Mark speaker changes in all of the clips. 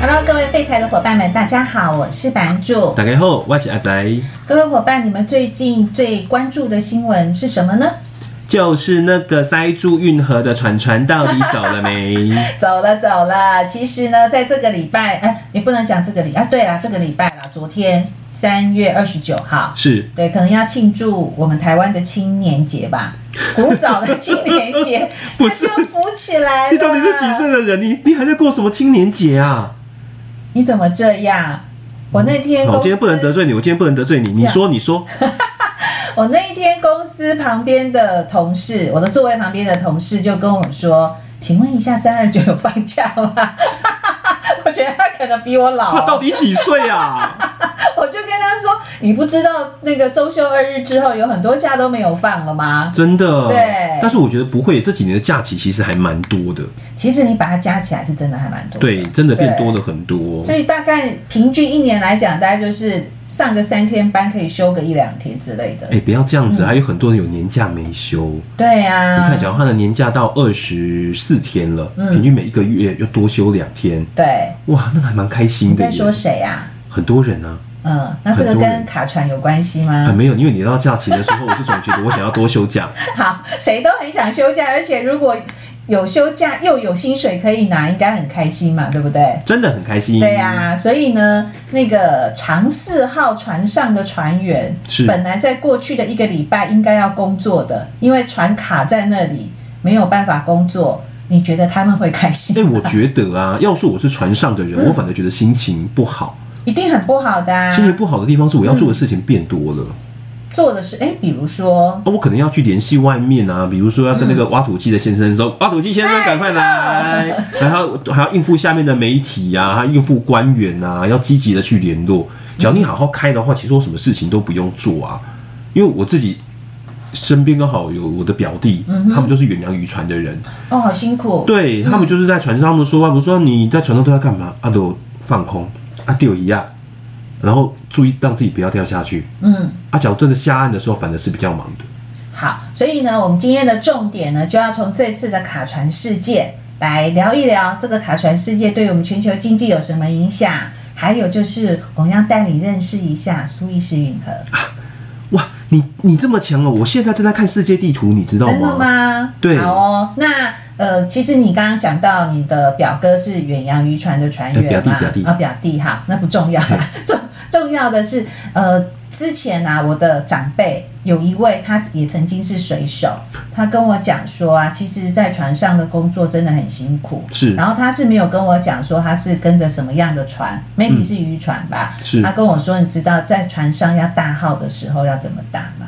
Speaker 1: Hello，各位废柴的伙伴们，大家好，我是版主。
Speaker 2: 打开后，我是阿宅，
Speaker 1: 各位伙伴，你们最近最关注的新闻是什么呢？
Speaker 2: 就是那个塞住运河的船船到底走了 没？
Speaker 1: 走了走了，其实呢，在这个礼拜，哎、也不能讲这个礼啊，对啦，这个礼拜啦，昨天三月二十九号，
Speaker 2: 是
Speaker 1: 对，可能要庆祝我们台湾的青年节吧，古早的青年节，
Speaker 2: 不是
Speaker 1: 它就浮起来了。
Speaker 2: 你到底是几岁？的人？你你还在过什么青年节啊？
Speaker 1: 你怎么这样？我那天
Speaker 2: 好，
Speaker 1: 公
Speaker 2: 我今天不能
Speaker 1: 司
Speaker 2: 得罪你，我今天不能得罪你。你说，你说，
Speaker 1: 我哦那一天公司旁边的同事，我的座位旁边的同事就跟我说：“请问一下，三二九有放假吗？” 我觉得他可能比我老
Speaker 2: 他
Speaker 1: 哦、
Speaker 2: 到底几岁 啊？
Speaker 1: 我就跟他说：“你不知道那个周休二日之后有很多假都没有放了吗？
Speaker 2: 真的，
Speaker 1: 对
Speaker 2: 但是我觉得不会，这几年的假期其实还蛮多的，
Speaker 1: 其实你把它加起来是真的还蛮多的。
Speaker 2: 对，真的变
Speaker 1: 对
Speaker 2: 多了很多。
Speaker 1: 所以大概平均一年来讲，大概就是上个三天班可以休个一两天之类的。
Speaker 2: 哎、不要这样
Speaker 1: 嗯
Speaker 2: 子，还有很多人有年假没休。
Speaker 1: 对
Speaker 2: 你看，
Speaker 1: 啊，
Speaker 2: 假如他的年假到二十四天了，
Speaker 1: 嗯
Speaker 2: 平均每一个月又多休两天，
Speaker 1: 对，
Speaker 2: 哇，那个还蛮开心
Speaker 1: 你
Speaker 2: 的
Speaker 1: 在说
Speaker 2: 耶。
Speaker 1: 谁啊？
Speaker 2: 很多人啊，
Speaker 1: 嗯，那这个
Speaker 2: 很多人
Speaker 1: 跟卡船有关系吗？
Speaker 2: 啊，没有，因为你到假期的时候，我就总觉得我想要多休假。
Speaker 1: 好，谁都很想休假，而且如果有休假又有薪水可以拿，应该很开心嘛，对不对？
Speaker 2: 真的很开心。
Speaker 1: 对呀、所以呢，那个长四号船上的船员
Speaker 2: 是
Speaker 1: 本来在过去的一个礼拜应该要工作的，因为船卡在那里没有办法工作，你觉得他们会开
Speaker 2: 哎、
Speaker 1: 心吗？
Speaker 2: 我觉得啊，要说我是船上的
Speaker 1: 嗯
Speaker 2: 人，我反而觉得心情不好。
Speaker 1: 一定很不好的啊
Speaker 2: 心！情不好的地方是我要做的事情变多了，
Speaker 1: 做的是哎，比如说
Speaker 2: 啊，我可能要去联系外面啊，比如说要跟那个挖土机的先生说，挖土机先生赶快来， 然后还要应付下面的媒体啊，还要应付官员啊，要积极的去联络。只要你好好开的话，其实我什么事情都不用做啊，因为我自己身边刚好有我的表弟，他们就是远洋渔船的人，
Speaker 1: 哦，好辛苦，
Speaker 2: 对他们就是在船上，他们说啊，我说你在船上都在干嘛？啊，都放空，啊钓鱼啊，然后注意让自己不要掉下去。
Speaker 1: 嗯。
Speaker 2: 啊，脚真的下岸的时候，反而是比较忙的。
Speaker 1: 好，所以呢，我们今天的重点呢，就要从这次的卡船事件来聊一聊这个卡船事件对我们全球经济有什么影响，还有就是我们要带你认识一下苏伊士运河，
Speaker 2: 哇，你你这么强哦！我现在正在看世界地图，你知道吗？
Speaker 1: 真的吗？
Speaker 2: 对
Speaker 1: 好哦，那。呃，其实你刚刚讲到你的表哥是远洋渔船的船员嘛，
Speaker 2: 呃表弟表弟
Speaker 1: 啊，表弟哈，那不重要啦， 重重要的是，呃，之前啊，我的长辈有一位，他也曾经是水手，他跟我讲说啊，其实，在船上的工作真的很辛苦。
Speaker 2: 是
Speaker 1: 然后他是没有跟我讲说他是跟着什么样的船，maybe 是渔船吧。
Speaker 2: 嗯是
Speaker 1: 他跟我说，你知道在船上要大号的时候要怎么打吗？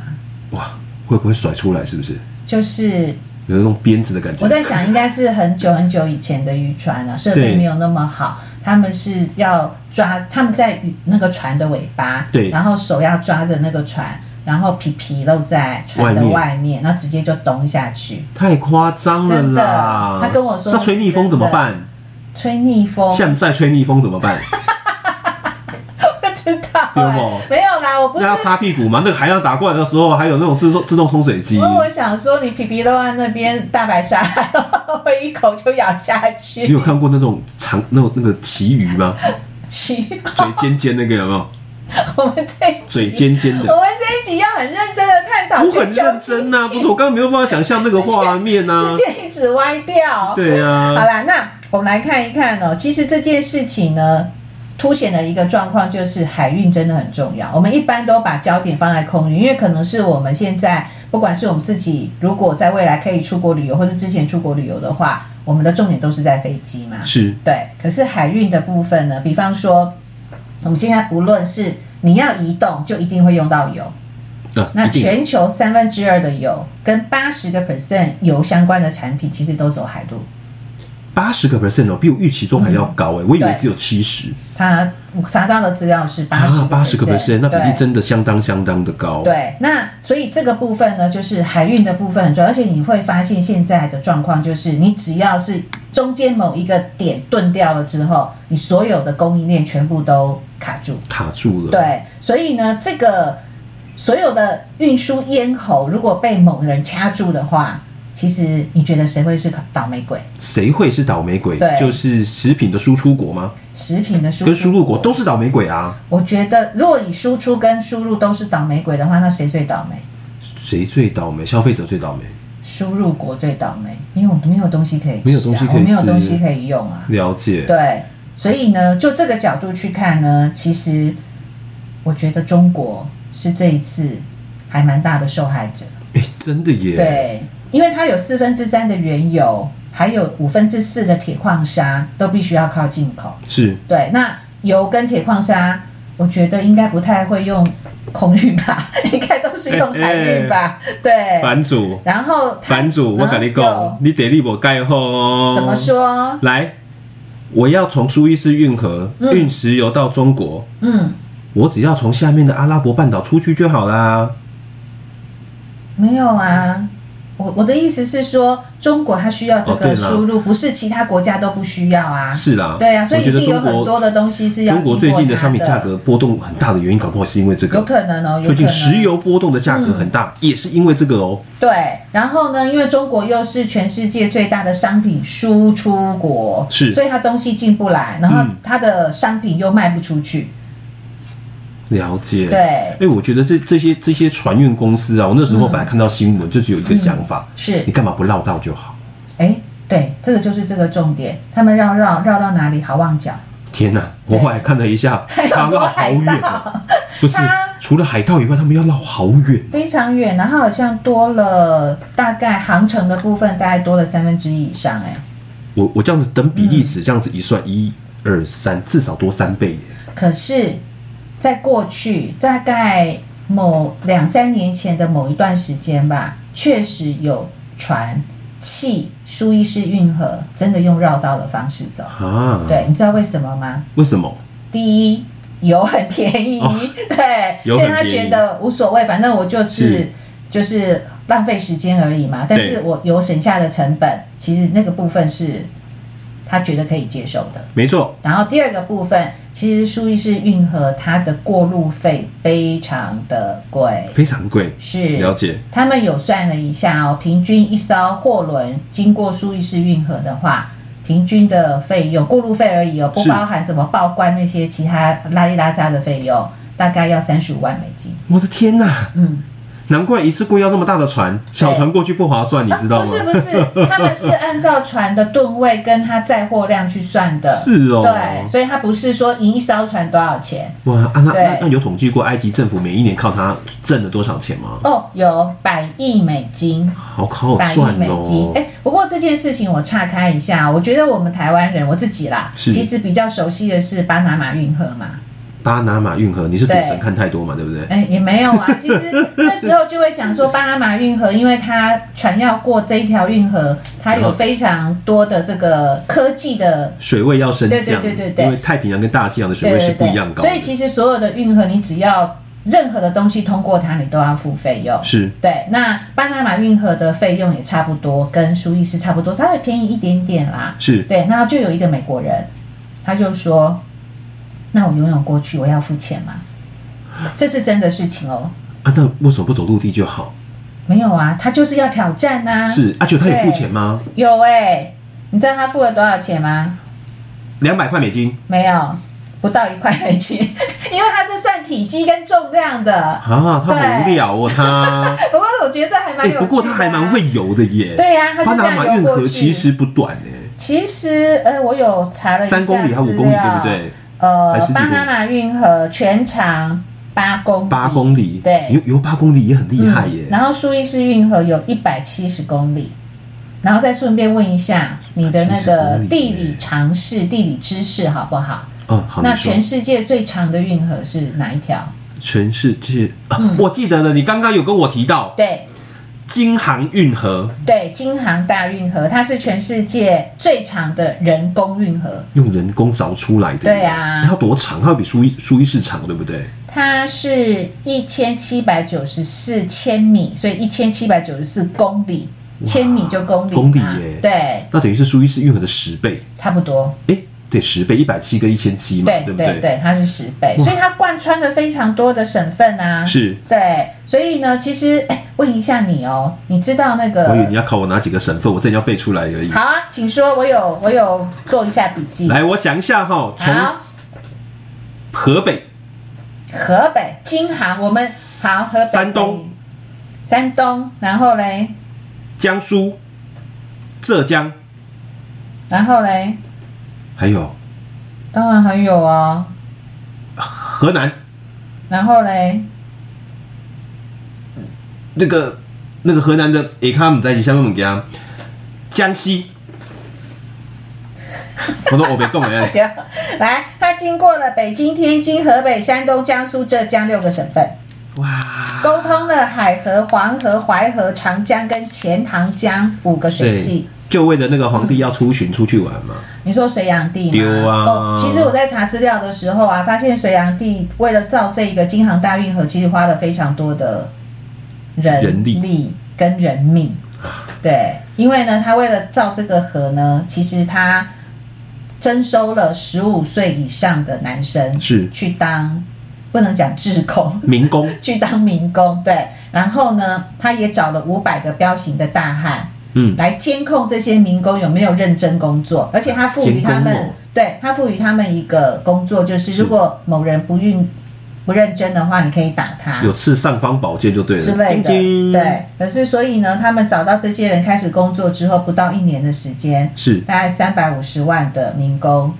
Speaker 2: 哇，会不会甩出来？是不是
Speaker 1: 就是
Speaker 2: 有那种鞭子的感
Speaker 1: 我
Speaker 2: 觉？
Speaker 1: 在想，应该是很久很久以前的渔船啊，设备
Speaker 2: 对
Speaker 1: 没有那么好，他们是要抓他们在渔那个船的尾巴，
Speaker 2: 对
Speaker 1: 然后手要抓着那个船，然后皮皮露在船的
Speaker 2: 外面
Speaker 1: 外面，那直接就咚下去，
Speaker 2: 太夸张了啦！
Speaker 1: 真的他跟我说
Speaker 2: 那吹逆风怎么办？
Speaker 1: 吹逆风，
Speaker 2: 下赛吹逆风怎么办？
Speaker 1: 不知道、
Speaker 2: 有
Speaker 1: 哎
Speaker 2: 哦
Speaker 1: 没有啦，我不
Speaker 2: 那
Speaker 1: 是。
Speaker 2: 要擦屁股吗？那个海浪打过来的时候，还有那种自动自动冲水机
Speaker 1: 因，为我想说，你皮皮露在那边大白鲨，我一口就咬下
Speaker 2: 你
Speaker 1: 去
Speaker 2: 有，看过那种长那种那个旗鱼吗？
Speaker 1: 奇，
Speaker 2: 嘴尖尖那个有没有？
Speaker 1: 我们这一
Speaker 2: 嘴
Speaker 1: 集，
Speaker 2: 尖尖的。
Speaker 1: 我们这一集要很认真的探讨
Speaker 2: 我
Speaker 1: 全
Speaker 2: 很
Speaker 1: 球
Speaker 2: 认
Speaker 1: 经
Speaker 2: 真
Speaker 1: 济
Speaker 2: 呐、不是我刚刚没有办法想象那个画面呐、
Speaker 1: 直接一直歪掉。
Speaker 2: 啊对
Speaker 1: 好
Speaker 2: 啊，
Speaker 1: 啦，那我们来看一看哦。其实这件事情呢，凸显了一个状况，就是海运真的很重要。我们一般都把焦点放在空运，因为可能是我们现在，不管是我们自己，如果在未来可以出国旅游，或者之前出国旅游的话，我们的重点都是在飞机嘛。
Speaker 2: 是
Speaker 1: 对，可是海运的部分呢，比方说，我们现在不论是你要移动，就一定会用到油。
Speaker 2: 啊，
Speaker 1: 那
Speaker 2: 一定
Speaker 1: 全球三分之二的油跟八十个 percent 油相关的产品，其实都走海路。
Speaker 2: 八十个 percent 哦，比我预期中还要高哎、我以为
Speaker 1: 对
Speaker 2: 只有七十
Speaker 1: 它我查到的资料是八十
Speaker 2: 啊，八十个 percent，那比例真的相当相当的高。
Speaker 1: 对，那所以这个部分呢，就是海运的部分很重要，而且你会发现现在的状况就是，你只要是中间某一个点钝掉了之后，你所有的供应链全部都卡住。
Speaker 2: 卡住了，
Speaker 1: 对，所以呢，这个所有的运输咽喉如果被某人掐住的话，其实你觉得谁会是倒霉鬼？
Speaker 2: 谁会是倒霉鬼
Speaker 1: 对？
Speaker 2: 就是食品的输出国吗？
Speaker 1: 食品的输
Speaker 2: 跟输入国都是倒霉鬼啊！
Speaker 1: 我觉得若以输出跟输入都是倒霉鬼的话，那谁最倒霉？
Speaker 2: 谁最倒霉？消费者最倒霉。
Speaker 1: 输入国最倒霉，因为我们没有东西可以吃、啊，
Speaker 2: 没有东西可以
Speaker 1: 我没有
Speaker 2: 吃
Speaker 1: 东西可以用啊。
Speaker 2: 了解，
Speaker 1: 对，所以呢，就这个角度去看呢，其实我觉得中国是这一次还蛮大的受害者。
Speaker 2: 哎，真的耶！
Speaker 1: 对，因为它有四分之三的原油，还有五分之四的铁矿砂都必须要靠进口。
Speaker 2: 是
Speaker 1: 对，那油跟铁矿砂，我觉得应该不太会用空运吧， 应该都是用海运吧。对，
Speaker 2: 版主，
Speaker 1: 然后它
Speaker 2: 哎版主，我
Speaker 1: 然后
Speaker 2: 跟你
Speaker 1: 就
Speaker 2: 讲，你得力我盖后哦。
Speaker 1: 怎么？说？
Speaker 2: 来，我要从苏伊士运河运石油到中国，
Speaker 1: 嗯，
Speaker 2: 我只要从下面的阿拉伯半岛出去就好啦。
Speaker 1: 没有啊。我我的意思是说，中国它需要这
Speaker 2: 哦对
Speaker 1: 个
Speaker 2: 啦
Speaker 1: 输入，不是其他国家都不需要啊。
Speaker 2: 是啦，
Speaker 1: 对啊，所以
Speaker 2: 我觉
Speaker 1: 一
Speaker 2: 得
Speaker 1: 定有
Speaker 2: 中
Speaker 1: 很
Speaker 2: 国
Speaker 1: 多的东西是要
Speaker 2: 中
Speaker 1: 经
Speaker 2: 国
Speaker 1: 过
Speaker 2: 最近的
Speaker 1: 它
Speaker 2: 商品价格波动很大的原因，搞不好是因为这
Speaker 1: 有
Speaker 2: 个。
Speaker 1: 可能哦，有
Speaker 2: 最近
Speaker 1: 可能嗯
Speaker 2: 石油波动的价格很大，也是因为这个哦。
Speaker 1: 对，然后呢，因为中国又是全世界最大的商品输出国，
Speaker 2: 是
Speaker 1: 所以它东西进不来，然后
Speaker 2: 嗯
Speaker 1: 它的商品又卖不出去，
Speaker 2: 了解。
Speaker 1: 对
Speaker 2: 哎、我觉得这这些这些船运公司啊，我那时候本
Speaker 1: 嗯
Speaker 2: 来看到新闻就只有一个想法：
Speaker 1: 是
Speaker 2: 你，干嘛不绕道就好？
Speaker 1: 哎，对，这个就是这个重点，他们绕绕绕到哪里？好望角，
Speaker 2: 天哪、我后来看了一 下，
Speaker 1: 还有
Speaker 2: 他
Speaker 1: 很多
Speaker 2: 绕好
Speaker 1: 海
Speaker 2: 远
Speaker 1: 盗
Speaker 2: 哦，，不是
Speaker 1: 他
Speaker 2: 除了海盗以外，他们要绕好远。
Speaker 1: 非常远，然后好像多了大概航程的部分，大概多了三分之一以上，哎，
Speaker 2: 我我这样子等比
Speaker 1: 嗯
Speaker 2: 例尺，这样子一算，一二三，至少多三倍耶。
Speaker 1: 可是，在过去大概某两三年前的某一段时间吧，确实有船气苏伊士运河真的用绕道的方式走。
Speaker 2: 啊，
Speaker 1: 对，你知道为什么吗？
Speaker 2: 为什么？
Speaker 1: 第一，油很便宜，
Speaker 2: 哦
Speaker 1: 对，
Speaker 2: 油
Speaker 1: 所
Speaker 2: 很
Speaker 1: 以他觉得无所谓，反正我就是
Speaker 2: 是
Speaker 1: 就是浪费时间而已嘛。但是
Speaker 2: 对
Speaker 1: 我有省下的成本，其实那个部分是他觉得可以接受的。
Speaker 2: 没错，
Speaker 1: 然后第二个部分，其实苏伊士运河它的过路费非常的贵，
Speaker 2: 非常贵。了
Speaker 1: 是
Speaker 2: 解，
Speaker 1: 他们有算了一下哦，平均一艘货轮经过苏伊士运河的话，平均的费用过路费而已哦，不
Speaker 2: 是
Speaker 1: 包含什么报关那些其他拉里拉扎的费用，大概要三十五万美金。
Speaker 2: 我的天哪、
Speaker 1: 嗯，
Speaker 2: 难怪一次过要那么大的船，小船过去不划算，你知道
Speaker 1: 啊
Speaker 2: 吗？
Speaker 1: 不是不是，他们是按照船的吨位跟它载货量去算的。
Speaker 2: 是哦
Speaker 1: 对，所以它不是说一艘船多少钱。
Speaker 2: 哇啊，那
Speaker 1: 对
Speaker 2: 那那有统计过埃及政府每一年靠它挣了多少钱吗？
Speaker 1: 哦，有百亿美金，
Speaker 2: 好好
Speaker 1: 百亿
Speaker 2: 赚
Speaker 1: 美金。
Speaker 2: 哦
Speaker 1: 哎、！不过这件事情我岔开一下，我觉得我们台湾人我自己啦，
Speaker 2: 是
Speaker 1: 其实比较熟悉的是巴拿马运河嘛。
Speaker 2: 巴拿马运河，你是赌
Speaker 1: 对
Speaker 2: 神看太多嘛，对不对？
Speaker 1: 哎、也没有啊，其实那时候就会讲说巴拿马运河，因为它船要过这一条运河，它有非常多的这个科技的。
Speaker 2: 水位要升降，
Speaker 1: 对对对对对
Speaker 2: 因为太平洋跟大西洋的水
Speaker 1: 对
Speaker 2: 位
Speaker 1: 对
Speaker 2: 是不
Speaker 1: 对
Speaker 2: 一样，高的，
Speaker 1: 所以其实所有的运河，你只要任何的东西通过它，你都要付费用。
Speaker 2: 是
Speaker 1: 对，那巴拿马运河的费用也差不多，跟苏伊士差不多，它会便宜一点点啦。
Speaker 2: 是
Speaker 1: 对，那就有一个美国人，他就说：“那我游泳过去，我要付钱吗？”这是真的事情哦，
Speaker 2: 啊，那为什么不走陆地就好？
Speaker 1: 没有啊，他就是要挑战呐、
Speaker 2: 是啊，就他有付
Speaker 1: 对
Speaker 2: 钱吗？
Speaker 1: 有哎、你知道他付了多少钱吗？
Speaker 2: 两百块美金
Speaker 1: 没有，不到一块美金， 因为他是算体积跟重量的。
Speaker 2: 啊，他好无
Speaker 1: 对
Speaker 2: 聊哦，他
Speaker 1: 不过我觉得这还蛮
Speaker 2: 哎、
Speaker 1: 有趣的啊、
Speaker 2: 不过他还蛮会游的耶。
Speaker 1: 对呀、他
Speaker 2: 巴
Speaker 1: 就这
Speaker 2: 拿马
Speaker 1: 样游
Speaker 2: 运
Speaker 1: 过
Speaker 2: 河
Speaker 1: 去。
Speaker 2: 其实不短哎，
Speaker 1: 其实，呃，我有查了一下
Speaker 2: 三公里还五公里，
Speaker 1: 资料
Speaker 2: 对不？对？还
Speaker 1: 呃
Speaker 2: 是，几
Speaker 1: 巴
Speaker 2: 公里
Speaker 1: 拿马运河全长八公里
Speaker 2: 八公里，游
Speaker 1: 对，
Speaker 2: 游八公里也很厉害耶
Speaker 1: 嗯。然后苏伊士运河有一百七十公里。然后再顺便问一下你的那
Speaker 2: 170
Speaker 1: 个
Speaker 2: 公里
Speaker 1: 地理常识、地理知识好不好？
Speaker 2: 哦，好，
Speaker 1: 那
Speaker 2: 你说
Speaker 1: 全世界最长的运河是哪一条？
Speaker 2: 全世界，啊
Speaker 1: 嗯
Speaker 2: 我记得了，你刚刚有跟我提到
Speaker 1: 对
Speaker 2: 京杭运河，
Speaker 1: 对，京杭大运河，它是全世界最长的人工运河。
Speaker 2: 用人工凿出来的，
Speaker 1: 对啊
Speaker 2: 它要多长？它要比苏伊苏伊士长，对不对？
Speaker 1: 它是一千七百九十四千米，所以一千七百九十四公里，千米就公里嘛，
Speaker 2: 公里耶
Speaker 1: 对，
Speaker 2: 那等于是苏伊士运河的十倍。
Speaker 1: 差不多。
Speaker 2: 诶，对十倍，一百七跟一千七嘛，
Speaker 1: 对
Speaker 2: 不
Speaker 1: 对对，它是十倍，所以它贯穿了非常多的省份啊。
Speaker 2: 是，
Speaker 1: 对，所以呢，其实哎，问一下你哦，你知道那
Speaker 2: 我以为
Speaker 1: 个
Speaker 2: 你要考我哪几个省份，我正要背出来而已。
Speaker 1: 好啊，请说，我有我有做一下笔记。
Speaker 2: 来，我想一下哈，从
Speaker 1: 好，
Speaker 2: 河北、
Speaker 1: 河北京杭，我们好河北
Speaker 2: 山东，
Speaker 1: 山东，然后嘞，
Speaker 2: 江苏、浙江，
Speaker 1: 然后嘞，
Speaker 2: 还有
Speaker 1: 当然还有啊、
Speaker 2: 河南
Speaker 1: 然后 嘞，
Speaker 2: 那个那个河南的也看我们在一起，下面我们给他江西，我都我没动了。哎
Speaker 1: 对啊，来，它经过了北京、天津、河北、山东、江苏、浙江六个省份，
Speaker 2: 哇，
Speaker 1: 沟通了海河、黄河、淮河、长江跟钱塘江五个水
Speaker 2: 对
Speaker 1: 系。，
Speaker 2: 就为了那个皇帝要出巡出去玩嘛，
Speaker 1: 你说隋炀帝吗？
Speaker 2: 丢啊
Speaker 1: 哦，其实我在查资料的时候啊，发现隋炀帝为了造这个京杭大运河，其实花了非常多的人
Speaker 2: 人力啊
Speaker 1: 力跟人命。对，因为呢，他为了造这个河呢，其实他征收了十五岁以上的男生
Speaker 2: 是
Speaker 1: 去当，不能讲志工，
Speaker 2: 民工，
Speaker 1: 去当民工。对，然后呢，他也找了五百个彪形的大汉，
Speaker 2: 嗯，
Speaker 1: 来监控这些民工有没有认真工作，而且他赋予他
Speaker 2: 监工
Speaker 1: 们
Speaker 2: 哦，
Speaker 1: 对他赋予他们一个工作，就是如果某人不运不认真的话，你可以打他
Speaker 2: 有刺上方宝剑就对了，
Speaker 1: 之类的。
Speaker 2: 叮叮
Speaker 1: 对，可是所以呢，他们找到这些人开始工作之后，不到一年的时间，
Speaker 2: 是
Speaker 1: 大概三百五十万的民工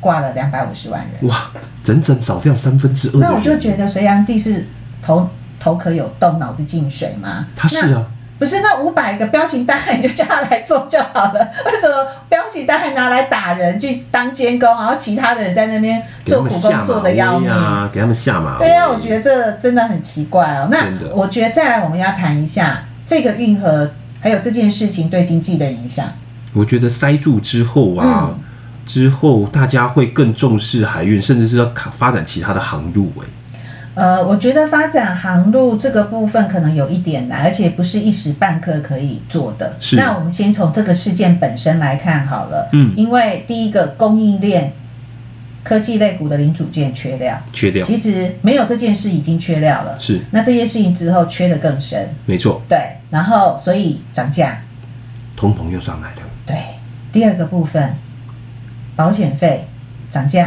Speaker 1: 挂了两百五十万人。
Speaker 2: 哇，整整少掉三分之二的人。
Speaker 1: 那我就觉得隋炀帝是头头壳有洞，脑子进水吗？
Speaker 2: 他是啊，
Speaker 1: 不是那五百个彪形大汉，你就叫他来做就好了。 为什么彪形大汉拿来打人去当监工，然后其他的人在那边
Speaker 2: 给他
Speaker 1: 做
Speaker 2: 们
Speaker 1: 苦
Speaker 2: 下
Speaker 1: 工
Speaker 2: 马
Speaker 1: 做
Speaker 2: 威
Speaker 1: 的要命？
Speaker 2: 啊，给他们下马威。
Speaker 1: 对呀、我觉得这真的很奇怪哦。那
Speaker 2: 真的
Speaker 1: 我觉得再来我们要谈一下这个运河，还有这件事情对经济的影响。
Speaker 2: 我觉得塞住之后啊，
Speaker 1: 嗯
Speaker 2: 之后大家会更重视海运，甚至是要卡发展其他的航路、欸。
Speaker 1: 呃，我觉得发展航路这个部分可能有一点难，而且不是一时半刻可以做的。
Speaker 2: 是
Speaker 1: 那我们先从这个事件本身来看好了。
Speaker 2: 嗯
Speaker 1: 因为第一个供应链科技类股的零组件缺料，
Speaker 2: 缺掉
Speaker 1: 其实没有这件事已经缺料了。
Speaker 2: 是
Speaker 1: 那这件事情之后缺的更深，
Speaker 2: 没错，
Speaker 1: 对，然后所以涨价，
Speaker 2: 通膨又上来了。
Speaker 1: 对。第二个部分，保险费涨价，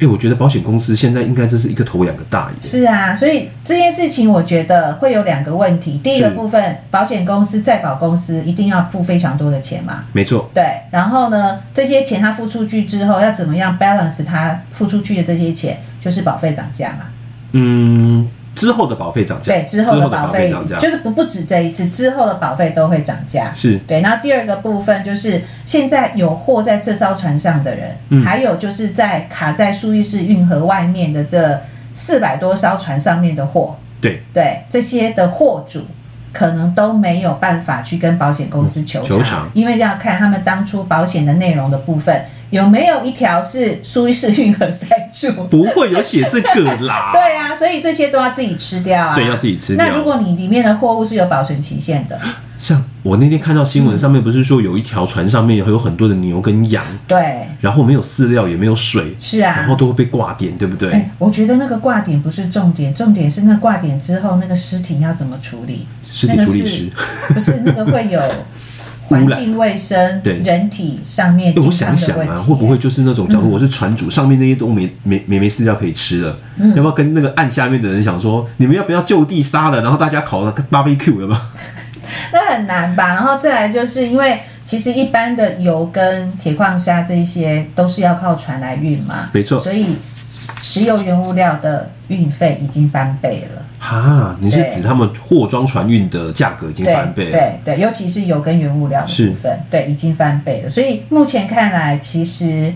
Speaker 2: 哎、我觉得保险公司现在应该真是一个头两个大耶。
Speaker 1: 是啊，所以这件事情我觉得会有两个问题。第一个
Speaker 2: 是
Speaker 1: 部分，保险公司、再保公司一定要付非常多的钱嘛，
Speaker 2: 没错，
Speaker 1: 对。然后呢，这些钱他付出去之后，要怎么样 balance 他付出去的这些钱，就是保费涨价嘛。
Speaker 2: 嗯，之后的保费涨价，
Speaker 1: 对，之后的保
Speaker 2: 保
Speaker 1: 费
Speaker 2: 涨价
Speaker 1: 就是不不止这一次，之后的保费都会涨价。
Speaker 2: 是
Speaker 1: 对，然后第二个部分就是现在有货在这艘船上的人，
Speaker 2: 嗯
Speaker 1: 还有就是在卡在苏伊士运河外面的这四百多艘船上面的货，
Speaker 2: 对
Speaker 1: 对这些的货主，可能都没有办法去跟保险公司求偿，
Speaker 2: 嗯求偿
Speaker 1: 因为要看他们当初保险的内容的部分有没有一条是苏伊士运河塞 住。
Speaker 2: 不会有写这个 啦。
Speaker 1: 对啊，所以这些都要自己吃掉啊。
Speaker 2: 对要自己吃
Speaker 1: 那
Speaker 2: 掉
Speaker 1: 如果你里面的货物是有保存期限的，
Speaker 2: 像我那天看到新闻上面不是说有一条船上面有很多的牛跟羊，
Speaker 1: 对，
Speaker 2: 然后没有饲料也没有水，
Speaker 1: 是啊。
Speaker 2: 然后都会被挂电，对不对？
Speaker 1: 哎，我觉得那个挂点不是重点，重点是那挂点之后那个尸体要怎么处理？
Speaker 2: 尸体
Speaker 1: 那个
Speaker 2: 处理
Speaker 1: 是
Speaker 2: 师。
Speaker 1: 不是那个会有环境卫生、
Speaker 2: 对
Speaker 1: 人体上 面
Speaker 2: 欸、
Speaker 1: 健
Speaker 2: 我想
Speaker 1: 康的
Speaker 2: 想
Speaker 1: 问题。嗯
Speaker 2: 啊，会不会就是那种，假如我是船主，上面那些都没没没没饲料可以吃了，要不要跟那个岸下面的人想说，你们要不要就地杀了，然后大家烤了 barbecue 了吗？
Speaker 1: 那很难吧？然后再来就是因为其实一般的油跟铁矿砂这些都是要靠船来运嘛，
Speaker 2: 没错
Speaker 1: 所以石油原物料的运费已经翻倍了，
Speaker 2: 啊，你是
Speaker 1: 对
Speaker 2: 指他们货装船运的价格已经
Speaker 1: 对
Speaker 2: 翻倍了？
Speaker 1: 对对，尤其是油跟原物料的
Speaker 2: 是
Speaker 1: 部分，对，已经翻倍了。所以目前看来，其实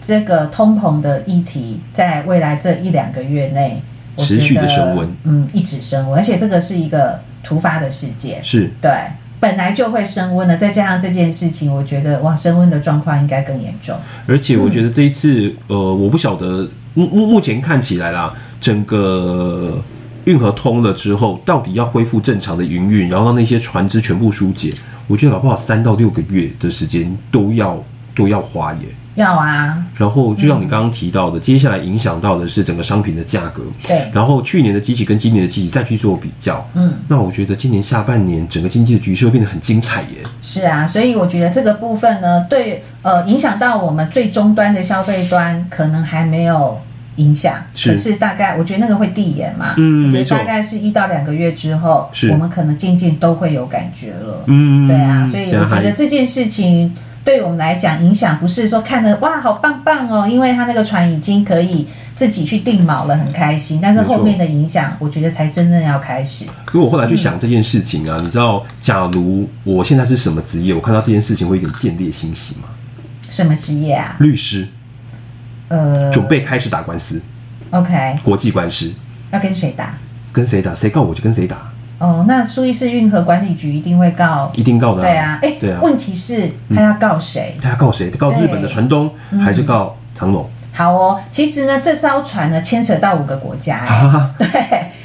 Speaker 1: 这个通膨的议题在未来这一两个月内我觉得
Speaker 2: 持续地升温，
Speaker 1: 嗯，一直升温，而且这个是一个突发的事件。
Speaker 2: 是
Speaker 1: 对，本来就会升温的，再加上这件事情，我觉得哇，升温的状况应该更严重。
Speaker 2: 而且我觉得这一次，
Speaker 1: 嗯
Speaker 2: 呃，我不晓得目目目前看起来啦，整个运河通了之后，到底要恢复正常的营运，然后让那些船只全部疏解，我觉得搞不好三到六个月的时间都要都要花耶。
Speaker 1: 要啊，
Speaker 2: 然后就像你刚刚提到的，接下来影响到的是整个商品的价格。
Speaker 1: 对
Speaker 2: 然后去年的机器跟今年的机器再去做比较，
Speaker 1: 嗯，
Speaker 2: 那我觉得今年下半年整个经济的局势会变得很精彩耶。
Speaker 1: 是啊，所以我觉得这个部分呢，对呃影响到我们最终端的消费端，可能还没有影响，
Speaker 2: 是
Speaker 1: 可是大概我觉得那个会递延嘛，
Speaker 2: 嗯
Speaker 1: 我觉
Speaker 2: 没
Speaker 1: 得
Speaker 2: 错
Speaker 1: 大概是一到两个月之后，
Speaker 2: 是
Speaker 1: 我们可能渐渐都会有感觉了，
Speaker 2: 嗯，
Speaker 1: 对啊，所以
Speaker 2: 现在
Speaker 1: 我觉
Speaker 2: 还
Speaker 1: 得这件事情。对我们来讲，影响不是说看的哇好棒棒哦，因为它那个船已经可以自己去定锚了，很开心。但是
Speaker 2: 没错
Speaker 1: 后面的影响，我觉得才真正要开始。
Speaker 2: 因为我后来去想这件事情
Speaker 1: 嗯
Speaker 2: 啊，你知道，假如我现在是什么职业，我看到这件事情会有点见猎心喜吗？
Speaker 1: 什么职业啊？
Speaker 2: 律师
Speaker 1: 呃
Speaker 2: 准备开始打官司，
Speaker 1: ，OK，
Speaker 2: 国际官司，
Speaker 1: 要跟谁打？
Speaker 2: 跟谁打，谁告我就跟谁打，
Speaker 1: 哦，那苏伊士运河管理局一定会告。
Speaker 2: 一定告的、
Speaker 1: 对啊，哎、
Speaker 2: 对啊，
Speaker 1: 问题是他要告谁？
Speaker 2: 他要告谁？告日本的船东，
Speaker 1: 嗯
Speaker 2: 还是告长龙？
Speaker 1: 好哦，其实呢，这艘船呢牵扯到五个国家、哎
Speaker 2: 啊，
Speaker 1: 对，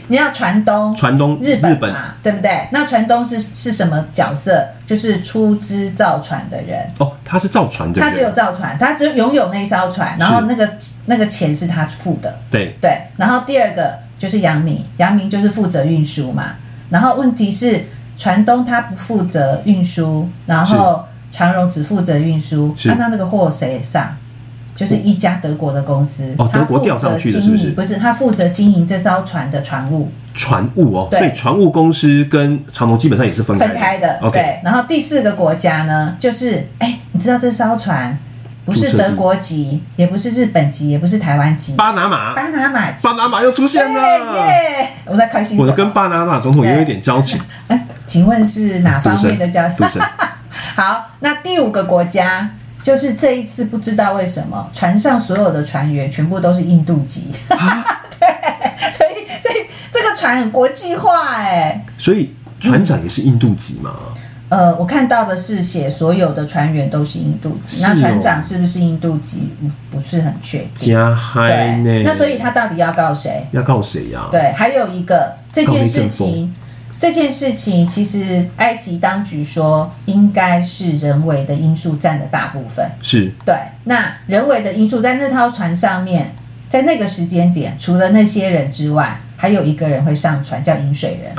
Speaker 1: 你要船东，
Speaker 2: 船东
Speaker 1: 日本嘛，
Speaker 2: 日本
Speaker 1: 对不对？那船东是是什么角色？就是出资造船的人。
Speaker 2: 哦，他是造船的
Speaker 1: 他
Speaker 2: 人，
Speaker 1: 只有造船，他只有拥有那艘船，然后那个那个钱是他付的，
Speaker 2: 对，
Speaker 1: 对，然后第二个就是杨明，杨明就是负责运输嘛。然后问题是，船东他不负责运输，然后长荣只负责运输，
Speaker 2: 是
Speaker 1: 啊那那个货谁上？就是一家德国的公司，
Speaker 2: 哦
Speaker 1: 他
Speaker 2: 德国
Speaker 1: 负责
Speaker 2: 调上去的
Speaker 1: 经营
Speaker 2: 是不是
Speaker 1: 不是，他负责经营这艘船的船务
Speaker 2: 船务哦，
Speaker 1: 对
Speaker 2: 所以船务公司跟长龙基本上也是分开
Speaker 1: 分开的。
Speaker 2: OK，
Speaker 1: 对，然后第四个国家呢，就是哎，你知道这艘船不
Speaker 2: 注
Speaker 1: 是
Speaker 2: 册地
Speaker 1: 德国籍，也不是日本籍，也不是台湾籍，
Speaker 2: 巴拿马，
Speaker 1: 巴拿马籍。
Speaker 2: 巴拿马又出现了。
Speaker 1: 耶耶！我在开心什么。
Speaker 2: 我跟巴拿马总统也有一点交情，
Speaker 1: 哎，请问是哪
Speaker 2: 赌
Speaker 1: 方面的
Speaker 2: 神
Speaker 1: 交？，
Speaker 2: 赌神，
Speaker 1: 好，那第五个国家就是这一次不知道为什么船上所有的船员全部都是印度籍，
Speaker 2: 啊
Speaker 1: 对，所以这这个船很国际化哎。
Speaker 2: 所以船长也是印度籍嘛？
Speaker 1: 呃，我看到的是写所有的船员都是印度籍，
Speaker 2: 是哦
Speaker 1: 那船长是不是印度籍，嗯不是很确定。
Speaker 2: 加嗨呢
Speaker 1: 对，？那所以他到底要告谁？
Speaker 2: 要告谁啊呀？
Speaker 1: 对，还有一个这件事
Speaker 2: 高丽
Speaker 1: 情，这件事情其实埃及当局说应该是人为的因素占了大部分。
Speaker 2: 是
Speaker 1: 对，那人为的因素在那艘船上面，在那个时间点，除了那些人之外，还有一个人会上船，叫饮水人。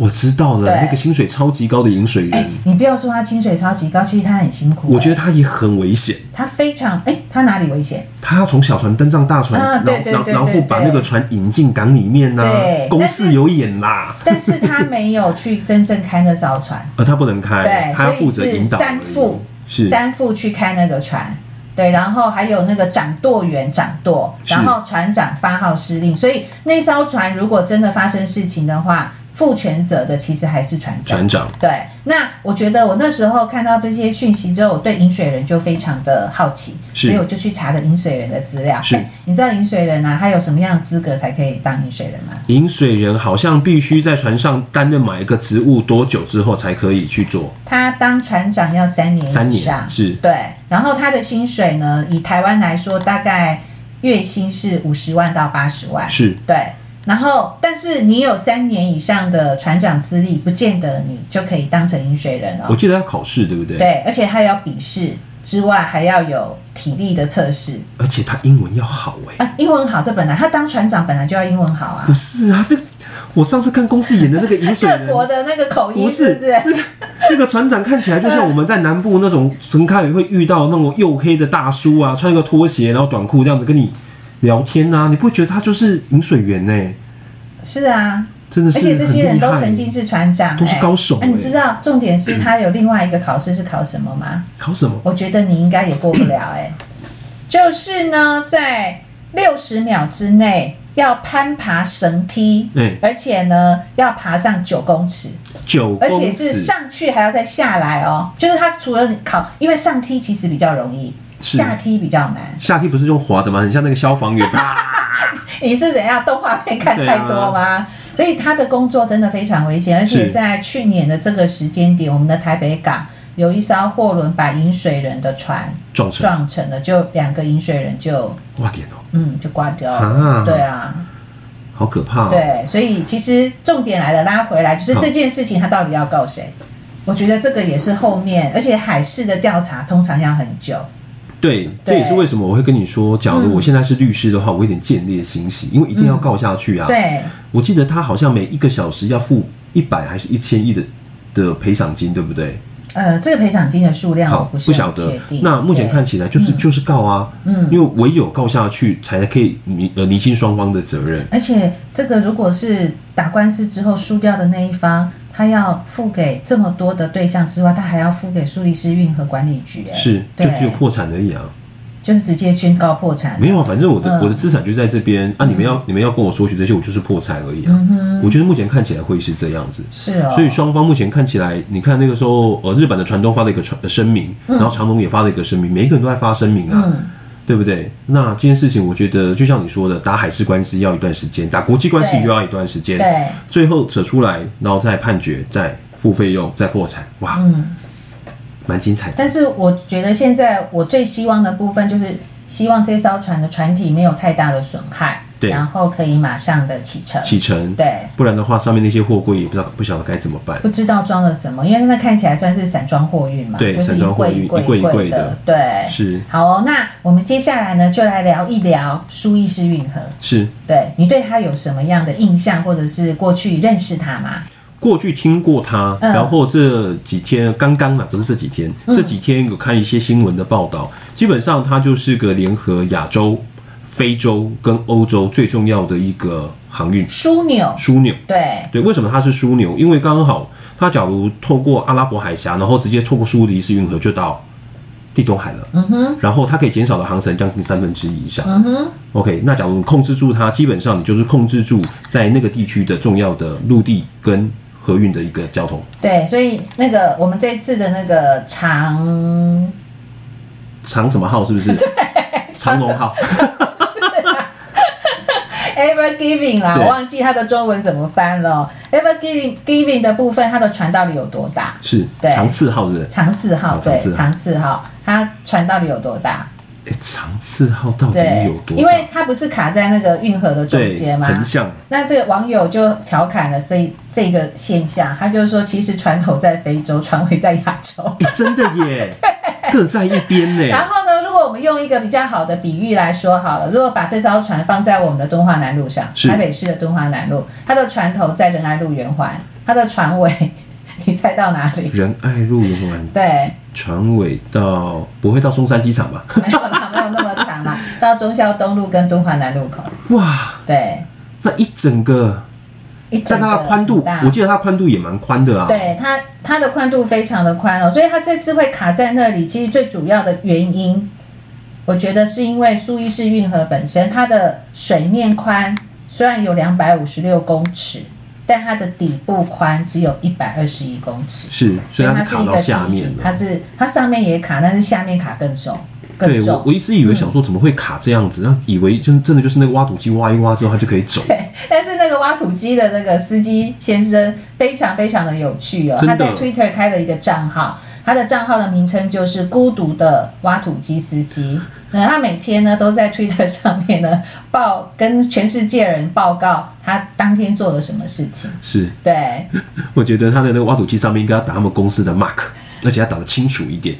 Speaker 2: 我知道了，
Speaker 1: 对
Speaker 2: 那个薪水超级高的饮水
Speaker 1: 哎
Speaker 2: 人，，
Speaker 1: 你不要说他薪水超级高，其实他很辛苦、
Speaker 2: 我觉得
Speaker 1: 哎
Speaker 2: 他也很危险。
Speaker 1: 他非常哎，他哪里危险？
Speaker 2: 他要从小船登上大船，
Speaker 1: 啊对
Speaker 2: 然
Speaker 1: 对
Speaker 2: 后然后
Speaker 1: 对
Speaker 2: 然
Speaker 1: 对
Speaker 2: 后把那个船引进港里面呐、
Speaker 1: 对
Speaker 2: 公
Speaker 1: 但是
Speaker 2: 事有演啦。
Speaker 1: 但是他没有去真正开那艘船。
Speaker 2: 呃，他不能开，
Speaker 1: 对，
Speaker 2: 他要负责
Speaker 1: 所以
Speaker 2: 引
Speaker 1: 是
Speaker 2: 导而已。
Speaker 1: 三副，
Speaker 2: 是
Speaker 1: 三副去开那个船。对，然后还有那个掌舵员掌舵，
Speaker 2: 是
Speaker 1: 然后船长发号施令，所以那艘船如果真的发生事情的话，负全责的其实还是船长。
Speaker 2: 船长，
Speaker 1: 对，那我觉得我那时候看到这些讯息之后，我对饮水人就非常的好奇，
Speaker 2: 是
Speaker 1: 所以我就去查了饮水人的资料。
Speaker 2: 是
Speaker 1: 哎你知道饮水人啊，他有什么样的资格才可以当饮水人吗？
Speaker 2: 饮水人好像必须在船上担任某一个职务多久之后才可以去做？
Speaker 1: 他当船长要三年以上，
Speaker 2: 三年是
Speaker 1: 对。然后他的薪水呢，以台湾来说，大概月薪是五十万到八十万，
Speaker 2: 是
Speaker 1: 对。然后，但是你有三年以上的船长资历，不见得你就可以当成饮水人
Speaker 2: 我
Speaker 1: 哦。
Speaker 2: 记得要考试，对不对？
Speaker 1: 对，而且还要笔试之外，还要有体力的测试
Speaker 2: 而且他英文要好哎、
Speaker 1: 啊。英文好，这本来他当船长本来就要英文好啊
Speaker 2: 不。是啊，这我上次看公司演的那个饮水
Speaker 1: 各
Speaker 2: 人，
Speaker 1: 国的那个口音
Speaker 2: 不
Speaker 1: 是
Speaker 2: 是
Speaker 1: 不是？
Speaker 2: 那个那个船长看起来就像我们在南部那种城开会遇到那种黝黑的大叔啊，穿一个拖鞋然后短裤这样子跟你聊天呐、啊，你不会觉得他就是饮水员呢、
Speaker 1: 是啊，
Speaker 2: 真的是
Speaker 1: 而
Speaker 2: 很厉
Speaker 1: 且
Speaker 2: 害。
Speaker 1: 这些人都曾经是船长、
Speaker 2: 都是
Speaker 1: 哎
Speaker 2: 高手
Speaker 1: 哎你
Speaker 2: 哎
Speaker 1: 知道重点是他有另外一个考试是考什么吗？
Speaker 2: 考什么？
Speaker 1: 我觉得你应该也过不了 哎、就是呢，在六十秒之内要攀爬绳梯，
Speaker 2: 哎
Speaker 1: 而且呢要爬上九公尺，
Speaker 2: 九公
Speaker 1: 而
Speaker 2: 尺，
Speaker 1: 且是上去还要再下来哦。就是他除了考，因为上梯其实比较容易，
Speaker 2: 是
Speaker 1: 下梯比较难。
Speaker 2: 下梯不是用滑的吗？很像那个消防员。
Speaker 1: 你是怎样动画片看太多吗？所以他的工作真的非常危险，而且
Speaker 2: 啊是
Speaker 1: 在去年的这个时间点，我们的台北港有一艘货轮把饮水人的船
Speaker 2: 撞成
Speaker 1: 撞沉了，就两个饮水人就
Speaker 2: 哇点哦，
Speaker 1: 嗯就挂掉了。
Speaker 2: 啊
Speaker 1: 对啊，
Speaker 2: 好可怕、哦。
Speaker 1: 对，所以其实重点来了，拉回来就是这件事情，他到底要告谁？我觉得这个也是后面，而且海事的调查通常要很久。
Speaker 2: 对，这也是为什么我会跟你说，假
Speaker 1: 嗯
Speaker 2: 如我现在是律师的话，我有点见猎心喜，因为一定要告下去啊。
Speaker 1: 嗯对，
Speaker 2: 我记得他好像每一个小时要付一百还是一千亿的的赔偿金，对不对？
Speaker 1: 呃，这个赔偿金的数量我
Speaker 2: 好，
Speaker 1: 哦不是
Speaker 2: 不晓
Speaker 1: 很
Speaker 2: 得
Speaker 1: 确定。。
Speaker 2: 那目前
Speaker 1: 对
Speaker 2: 看起来就是就是告啊，嗯，因为唯有告下去才可以弥呃厘清双方的责任。
Speaker 1: 而且这个如果是打官司之后输掉的那一方，他要付给这么多的对象之外，他还要付给苏黎世运河管理局，哎
Speaker 2: 是，就
Speaker 1: 对
Speaker 2: 只有破产而已啊，
Speaker 1: 就是直接宣告破产。
Speaker 2: 没有啊，反正我
Speaker 1: 嗯
Speaker 2: 的、我的资产就在这边啊，你们要你们要跟我索取这些，我就是破产而已啊。
Speaker 1: 嗯
Speaker 2: 我觉得目前看起来会是这样子，
Speaker 1: 是哦，
Speaker 2: 所以双方目前看起来，你看那个时候，呃，日本的船东发了一个传呃声明，
Speaker 1: 嗯
Speaker 2: 然后长隆也发了一个声明，每一个人都在发声明啊，对不对？那这件事情，我觉得就像你说的，打海事官司要一段时间，打国际关系
Speaker 1: 对
Speaker 2: 又要一段时间，
Speaker 1: 对，
Speaker 2: 最后扯出来，然后再判决，再付费用，再破产，哇，蛮精彩的。
Speaker 1: 嗯但是我觉得现在我最希望的部分就是希望这艘船的船体没有太大的损害，
Speaker 2: 对
Speaker 1: 然后可以马上的启程，
Speaker 2: 启程，
Speaker 1: 对。
Speaker 2: 不然的话，上面那些货柜也不知道不晓得该怎么办。
Speaker 1: 不知道装了什么，因为那看起来算是散装货运嘛，
Speaker 2: 对
Speaker 1: 就是
Speaker 2: 散
Speaker 1: 一
Speaker 2: 装货
Speaker 1: 柜
Speaker 2: 运
Speaker 1: 一柜
Speaker 2: 一柜一柜
Speaker 1: 柜
Speaker 2: 的
Speaker 1: 的，对，
Speaker 2: 是
Speaker 1: 好哦，那我们接下来呢，就来聊一聊苏伊士运河。
Speaker 2: 是，
Speaker 1: 对你对它有什么样的印象，或者是过去认识它吗？
Speaker 2: 过去听过他，
Speaker 1: 嗯
Speaker 2: 然后这几天刚刚呢，不是这几天，这几天有看一些新闻的报道，基本上它就是个联合亚洲、非洲跟欧洲最重要的一个航运
Speaker 1: 枢纽，
Speaker 2: 枢纽。
Speaker 1: 对，
Speaker 2: 对，为什么它是枢纽？因为刚好它假如透过阿拉伯海峡，然后直接透过苏黎世运河就到地中海了。嗯哼，然后它可以减少的航程将近三分之一以上。嗯哼，OK，那假如你控制住它，基本上你就是控制住在那个地区的重要的陆地跟河运的一个交通
Speaker 1: 对，所以那个我们这次的那个长，
Speaker 2: 长什么号 是不是？长龙号
Speaker 1: Ever Giving 啦，
Speaker 2: 对
Speaker 1: 我忘记它的中文怎么翻了。Ever Giving Giving 的部分，它的船到底有多大？
Speaker 2: 是
Speaker 1: 对
Speaker 2: 长次号，是不是？
Speaker 1: 长四号，
Speaker 2: 哦长
Speaker 1: 对
Speaker 2: 四，号
Speaker 1: 长四号，它船到底有多大？
Speaker 2: 哎，长次号到底
Speaker 1: 对
Speaker 2: 有多，大？
Speaker 1: 因为它不是卡在那个运河的中
Speaker 2: 对
Speaker 1: 间吗？
Speaker 2: 横向
Speaker 1: 那这个网友就调侃了这这个现象，他就是说，其实船头在非洲，船尾在亚洲。
Speaker 2: 哎真的 耶，各在一边呢。
Speaker 1: 然后呢，如果我们用一个比较好的比喻来说好了，如果把这艘船放在我们的敦化南路上，
Speaker 2: 是
Speaker 1: 台北市的敦化南路，它的船头在仁爱路圆环，它的船尾，你猜到哪 里？
Speaker 2: 仁爱路游玩
Speaker 1: 对，
Speaker 2: 船尾到不会到松山机场吧？
Speaker 1: 没有啦，没有那么长啦，到忠孝东路跟敦化南路口。
Speaker 2: 哇，
Speaker 1: 对，
Speaker 2: 那一整个，
Speaker 1: 一整
Speaker 2: 但它
Speaker 1: 个
Speaker 2: 的宽度
Speaker 1: 很大，
Speaker 2: 我记得它宽度也蛮宽的啊。，
Speaker 1: 对它，它的宽度非常的宽哦，所以它这次会卡在那里，其实最主要的原因，我觉得是因为苏伊士运河本身它的水面宽虽然有两百五十六公尺，但它的底部宽只有一百二十一公尺，
Speaker 2: 是，所以它
Speaker 1: 它
Speaker 2: 是
Speaker 1: 是
Speaker 2: 卡
Speaker 1: 一
Speaker 2: 到
Speaker 1: 个
Speaker 2: 下
Speaker 1: 梯形
Speaker 2: 面，
Speaker 1: 它
Speaker 2: 的。
Speaker 1: 是它上面也卡，但是下面卡更重，更
Speaker 2: 对我，
Speaker 1: 重。
Speaker 2: 我一直以为想说怎么会卡这样子，那以为真真的就是那个挖土机挖一挖之后它就可以走，
Speaker 1: 但是那个挖土机的那个司机先生非常非常的有趣哦，
Speaker 2: 真的
Speaker 1: 他在 Twitter 开了一个账号，他的账号的名称就是“孤独的挖土机司机”。那他每天呢都在 Twitter 上面呢报跟全世界人报告他当天做了什么事情。
Speaker 2: 是，
Speaker 1: 对，
Speaker 2: 我觉得它的那个挖土机上面应该要打他们公司的 mark，而且要打得清楚一点。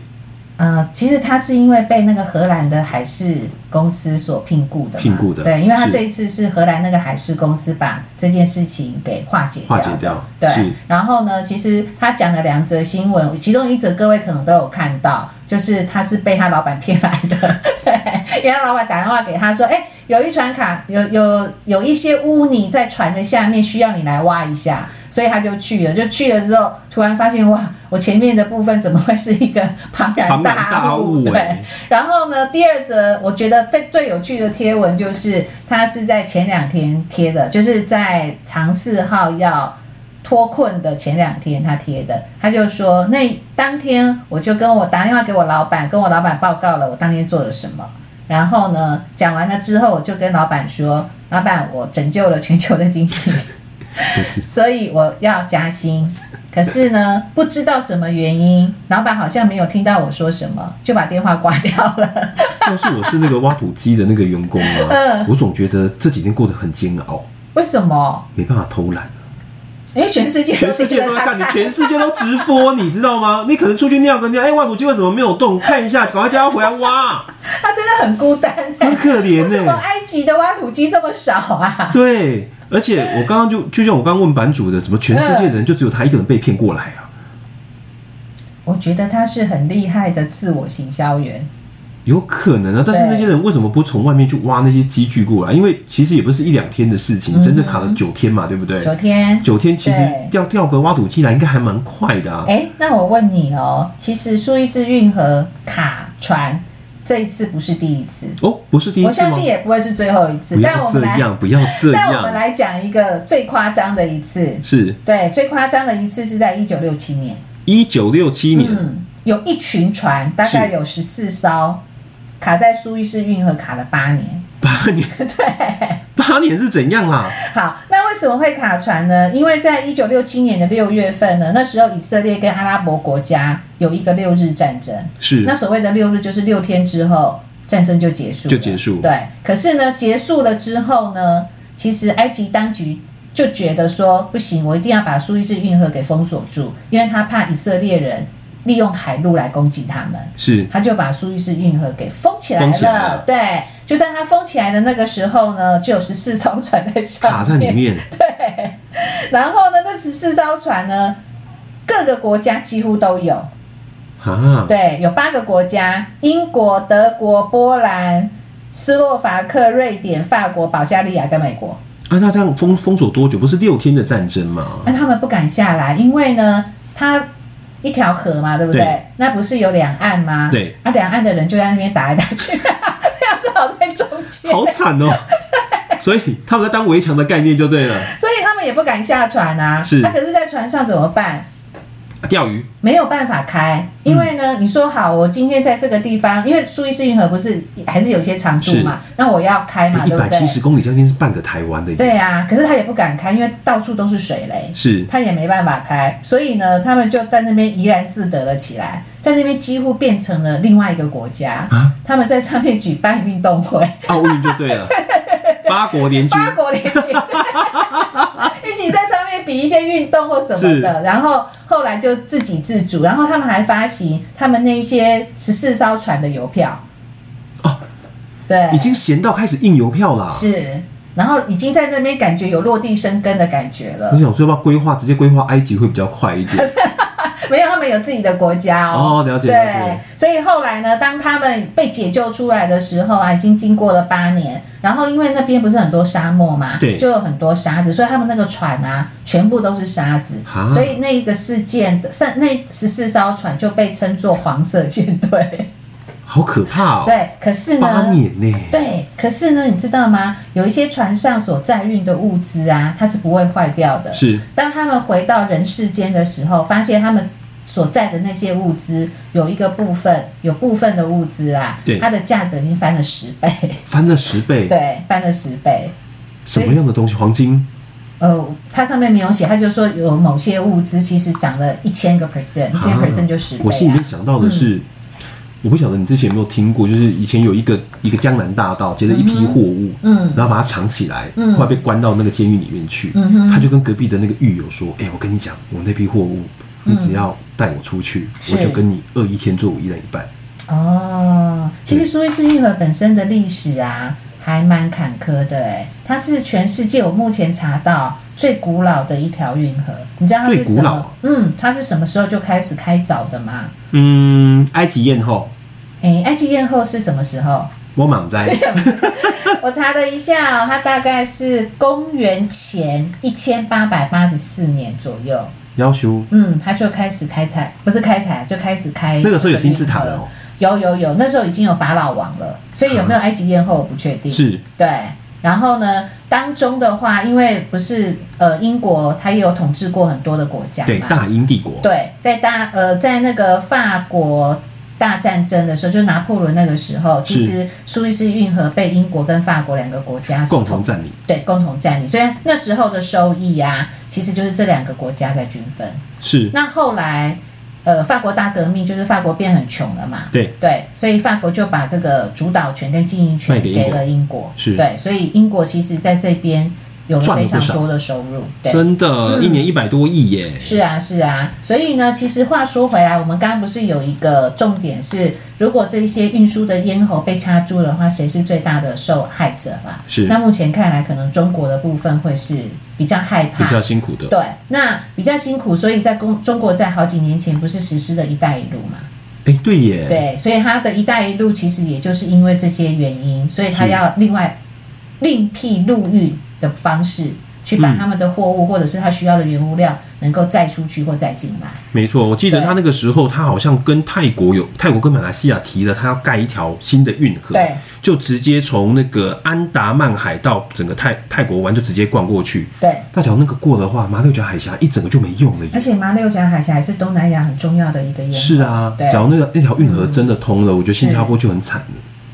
Speaker 1: 呃，其实他是因为被那个荷兰的海事公司所聘雇的嘛，
Speaker 2: 聘雇的
Speaker 1: 对，因为他
Speaker 2: 是
Speaker 1: 这一次是荷兰那个海事公司把这件事情给化解掉的，
Speaker 2: 化解掉是
Speaker 1: 对。然后呢，其实他讲了两则新闻，其中一则各位可能都有看到，就是他是被他老板骗来的， 对，因为他老板打电话给他说，哎、有一船卡，有有有一些污泥在船的下面，需要你来挖一下，所以他就去了。就去了之后，突然发现哇，我前面的部分怎么会是一个 庞然
Speaker 2: 庞然大
Speaker 1: 大
Speaker 2: 物
Speaker 1: 物？
Speaker 2: 哎
Speaker 1: 对。然后呢，第二则我觉得最最有趣的贴文就是，它是在前两天贴的，就是在长四号要脱困的前两天他贴的，他就说那当天我就跟我打电话给我老板，跟我老板报告了我当天做了什么。然后呢，讲完了之后，我就跟老板说：“老板，我拯救了全球的经济，所以我要加薪。”可是呢，不知道什么原因，老板好像没有听到我说什么，就把电话挂掉了。
Speaker 2: 要是我是那个挖土机的那个员工
Speaker 1: 嗯
Speaker 2: 啊，我总觉得这几天过得很煎熬，
Speaker 1: 为什么？
Speaker 2: 没办法偷懒。
Speaker 1: 因为全世界
Speaker 2: 全世界都在看你，
Speaker 1: 看，
Speaker 2: 全世界都直播，你知道吗？你可能出去尿个尿，哎、挖土机为什么没有动？看一下，赶快叫他回来 挖，
Speaker 1: 他真的很孤单、
Speaker 2: 很
Speaker 1: 欸。
Speaker 2: 可怜
Speaker 1: 为什么
Speaker 2: 呢、
Speaker 1: 埃及的挖土机这么少啊？
Speaker 2: 对，而且我刚刚就就像我刚刚问版主的，怎么全世界的人就只有他一个人被骗过来啊？
Speaker 1: 我觉得他是很厉害的自我行销员。
Speaker 2: 有可能啊，但是那些人为什么不从外面去挖那些机具过来？因为其实也不是一两天的事情，真正卡了九天嘛，对不对？
Speaker 1: 昨天，
Speaker 2: 九天其实
Speaker 1: 嗯对
Speaker 2: 调调个挖土机来应该还蛮快的啊。
Speaker 1: 哎，那我问你哦，其实苏伊士运河卡船这一次不是第一次，
Speaker 2: 哦，不是第一
Speaker 1: 我
Speaker 2: 次
Speaker 1: 相
Speaker 2: 吗
Speaker 1: 信？也不会是最后一次
Speaker 2: 不。
Speaker 1: 但
Speaker 2: 要
Speaker 1: 我们
Speaker 2: 这
Speaker 1: 来，
Speaker 2: 样，不要这
Speaker 1: 但我们
Speaker 2: 样，
Speaker 1: 来讲一个最夸张的一次。
Speaker 2: 是
Speaker 1: 对，最夸张的一次是在一九六七年，
Speaker 2: 一九六七年。
Speaker 1: 嗯，有一群船，大概
Speaker 2: 是
Speaker 1: 有十四艘，卡在苏伊士运河卡了八年。
Speaker 2: 八年，对，八年是怎样啊？
Speaker 1: 好，那为什么会卡船呢？因为在一九六七年的六月份呢，那时候以色列跟阿拉伯国家有一个六日战争。
Speaker 2: 是
Speaker 1: 那所谓的六日就是六天之后战争就结束了，
Speaker 2: 就结束
Speaker 1: 对，可是呢，结束了之后呢，其实埃及当局就觉得说不行，我一定要把苏伊士运河给封锁住，因为他怕以色列人利用海路来攻击他们。
Speaker 2: 是
Speaker 1: 他就把苏伊士运河给封起来了。
Speaker 2: 封起来了
Speaker 1: 对，就在他封起来的那个时候呢，就有十四艘船在上
Speaker 2: 卡在 里面，
Speaker 1: 然后呢，这十四艘船呢，各个国家几乎都有。
Speaker 2: 啊，
Speaker 1: 对，有八个国家：英国、德国、波兰、斯洛伐克、瑞典、法国、保加利亚跟美国。
Speaker 2: 啊，那这样封封锁多久？不是六天的战争吗？
Speaker 1: 那他们不敢下来，因为呢，它一条河嘛，对不对？
Speaker 2: 对
Speaker 1: 那不是有两岸吗？
Speaker 2: 对，
Speaker 1: 啊，两岸的人就在那边打来打去， 这样正好在中间。
Speaker 2: 好 惨哦。所以他们在当围墙的概念就对了，
Speaker 1: 所以他们也不敢下船啊。
Speaker 2: 是
Speaker 1: 那、可是，在船上怎么办？
Speaker 2: 钓鱼
Speaker 1: 没有办法开，因为呢，
Speaker 2: 嗯
Speaker 1: 你说好，我今天在这个地方，因为苏伊士运河不是还是有些长度嘛，那我要开嘛，
Speaker 2: 一
Speaker 1: 啊对不
Speaker 2: 百
Speaker 1: 对
Speaker 2: 七？十公里，将近是半个台湾的。
Speaker 1: 对啊，可是他也不敢开，因为到处都是水雷，
Speaker 2: 是
Speaker 1: 他也没办法开，所以呢，他们就在那边怡然自得了起来，在那边几乎变成了另外一个国家。
Speaker 2: 啊，
Speaker 1: 他们在上面举办运动会，
Speaker 2: 奥运就 对了，八国联军
Speaker 1: 八国联军 一起在上面比一些运动或什么的，然后后来就自给自足，然后他们还发行他们那些十四艘船的邮票，
Speaker 2: 哦，
Speaker 1: 对，
Speaker 2: 已经闲到开始印邮票啦。
Speaker 1: 是，然后已经在那边感觉有落地生根的感觉
Speaker 2: 我
Speaker 1: 了。
Speaker 2: 想说，要不要规划直接规划埃及会比较快一点？
Speaker 1: 没有，他们有自己的国家哦。
Speaker 2: 哦了解了
Speaker 1: 对
Speaker 2: 解，
Speaker 1: 所以后来呢，当他们被解救出来的时候啊，已经经过了八年。然后因为那边不是很多沙漠嘛，
Speaker 2: 对
Speaker 1: 就有很多沙子，所以他们那个船啊，全部都是沙子。
Speaker 2: 啊
Speaker 1: 所以那一个事件的上那十四艘船就被称作黄色舰队。
Speaker 2: 好可怕哦，
Speaker 1: 对，可是
Speaker 2: 八
Speaker 1: 呢。
Speaker 2: 年呢。
Speaker 1: 对，可是呢，你知道吗？有一些船上所载运的物资啊，它是不会坏掉的。
Speaker 2: 是
Speaker 1: 当他们回到人世间的时候，发现他们所在的那些物资有一个部分，有部分的物资啊
Speaker 2: 对，
Speaker 1: 它的价格已经翻了十倍，
Speaker 2: 翻了十倍，
Speaker 1: 对，翻了十倍。
Speaker 2: 什么样的东西？黄金
Speaker 1: 呃，它上面没有写，它就说有某些物资其实涨了一千个 percent，一千 percent 就十倍、啊。
Speaker 2: 我心里面想到的
Speaker 1: 嗯
Speaker 2: 是，我不晓得你之前有没有听过，就是以前有一个一个江南大盗劫了一批货物，
Speaker 1: 嗯
Speaker 2: 然后把它藏起来，
Speaker 1: 嗯
Speaker 2: 后来被关到那个监狱里面去。
Speaker 1: 嗯哼
Speaker 2: 他就跟隔壁的那个狱友说：“哎、我跟你讲，我那批货物，你只要带我出去，
Speaker 1: 是
Speaker 2: 我就跟你二一天做我一人一半。
Speaker 1: 哦，其实苏伊士运河本身的历史啊，还蛮坎坷的哎，它是全世界我目前查到最古老的一条运河。你知道它是
Speaker 2: 最
Speaker 1: 什
Speaker 2: 古老啊
Speaker 1: 么？嗯，它是什么时候就开始开凿的吗？”
Speaker 2: 嗯，埃及艳后，
Speaker 1: 哎，埃及艳后是什么时候？
Speaker 2: 我满在
Speaker 1: 我查了一下、哦，它大概是公元前一千八百八十四年左右。
Speaker 2: 要求
Speaker 1: 嗯，它就开始开采，不是开采，就开始开。
Speaker 2: 那个时候有金字塔了哦。嗯
Speaker 1: 有有有，那时候已经有法老王了，所以有没有埃及艳后我不确定。
Speaker 2: 是
Speaker 1: 对，然后呢，当中的话，因为不是呃英国，它也有统治过很多的国家
Speaker 2: 对
Speaker 1: 嘛，
Speaker 2: 大英帝国，
Speaker 1: 对，在大呃在那个法国大战争的时候，就是拿破仑那个时候，其
Speaker 2: 是
Speaker 1: 实苏伊士运河被英国跟法国两个国家所
Speaker 2: 共同占领，
Speaker 1: 对共同占领，所以那时候的收益啊，其实就是这两个国家在均分。
Speaker 2: 是
Speaker 1: 那后来，呃，法国大革命就是法国变很穷了嘛，
Speaker 2: 对
Speaker 1: 对，所以法国就把这个主导权跟经营权
Speaker 2: 卖给英国
Speaker 1: 给了英国，
Speaker 2: 是
Speaker 1: 对，所以英国其实在这边有了
Speaker 2: 赚了
Speaker 1: 非
Speaker 2: 不少
Speaker 1: 常多的收入。对，嗯
Speaker 2: 真的，一年一百多亿耶。
Speaker 1: 是啊，是啊，所以呢，其实话说回来，我们刚刚不是有一个重点是，如果这些运输的咽喉被掐住的话，谁是最大的受害者嘛？
Speaker 2: 是
Speaker 1: 那目前看来，可能中国的部分会是比较害怕，
Speaker 2: 比较辛苦的。
Speaker 1: 对，那比较辛苦，所以在中中国在好几年前不是实施了一带一路嘛？
Speaker 2: 哎、对耶，
Speaker 1: 对，所以它的一带一路其实也就是因为这些原因，所以它
Speaker 2: 是
Speaker 1: 要另外另辟陆运的方式，去把他们的货物或者是他需要的原物料能够再出去或再进来。
Speaker 2: 没错，我记得
Speaker 1: 对
Speaker 2: 他那个时候，他好像跟泰国有泰国跟马来西亚提了，他要盖一条新的运河，
Speaker 1: 对，
Speaker 2: 就直接从那个安达曼海到整个泰泰国湾就直接逛过去。
Speaker 1: 对，
Speaker 2: 那条那个过的话，马六甲海峡一整个就没用了耶
Speaker 1: 而。且马六甲海峡还是东南亚很重要的一个咽喉。
Speaker 2: 是啊，
Speaker 1: 对嗯
Speaker 2: 假如那个那条运河真的通了，我觉得新加坡就很惨了。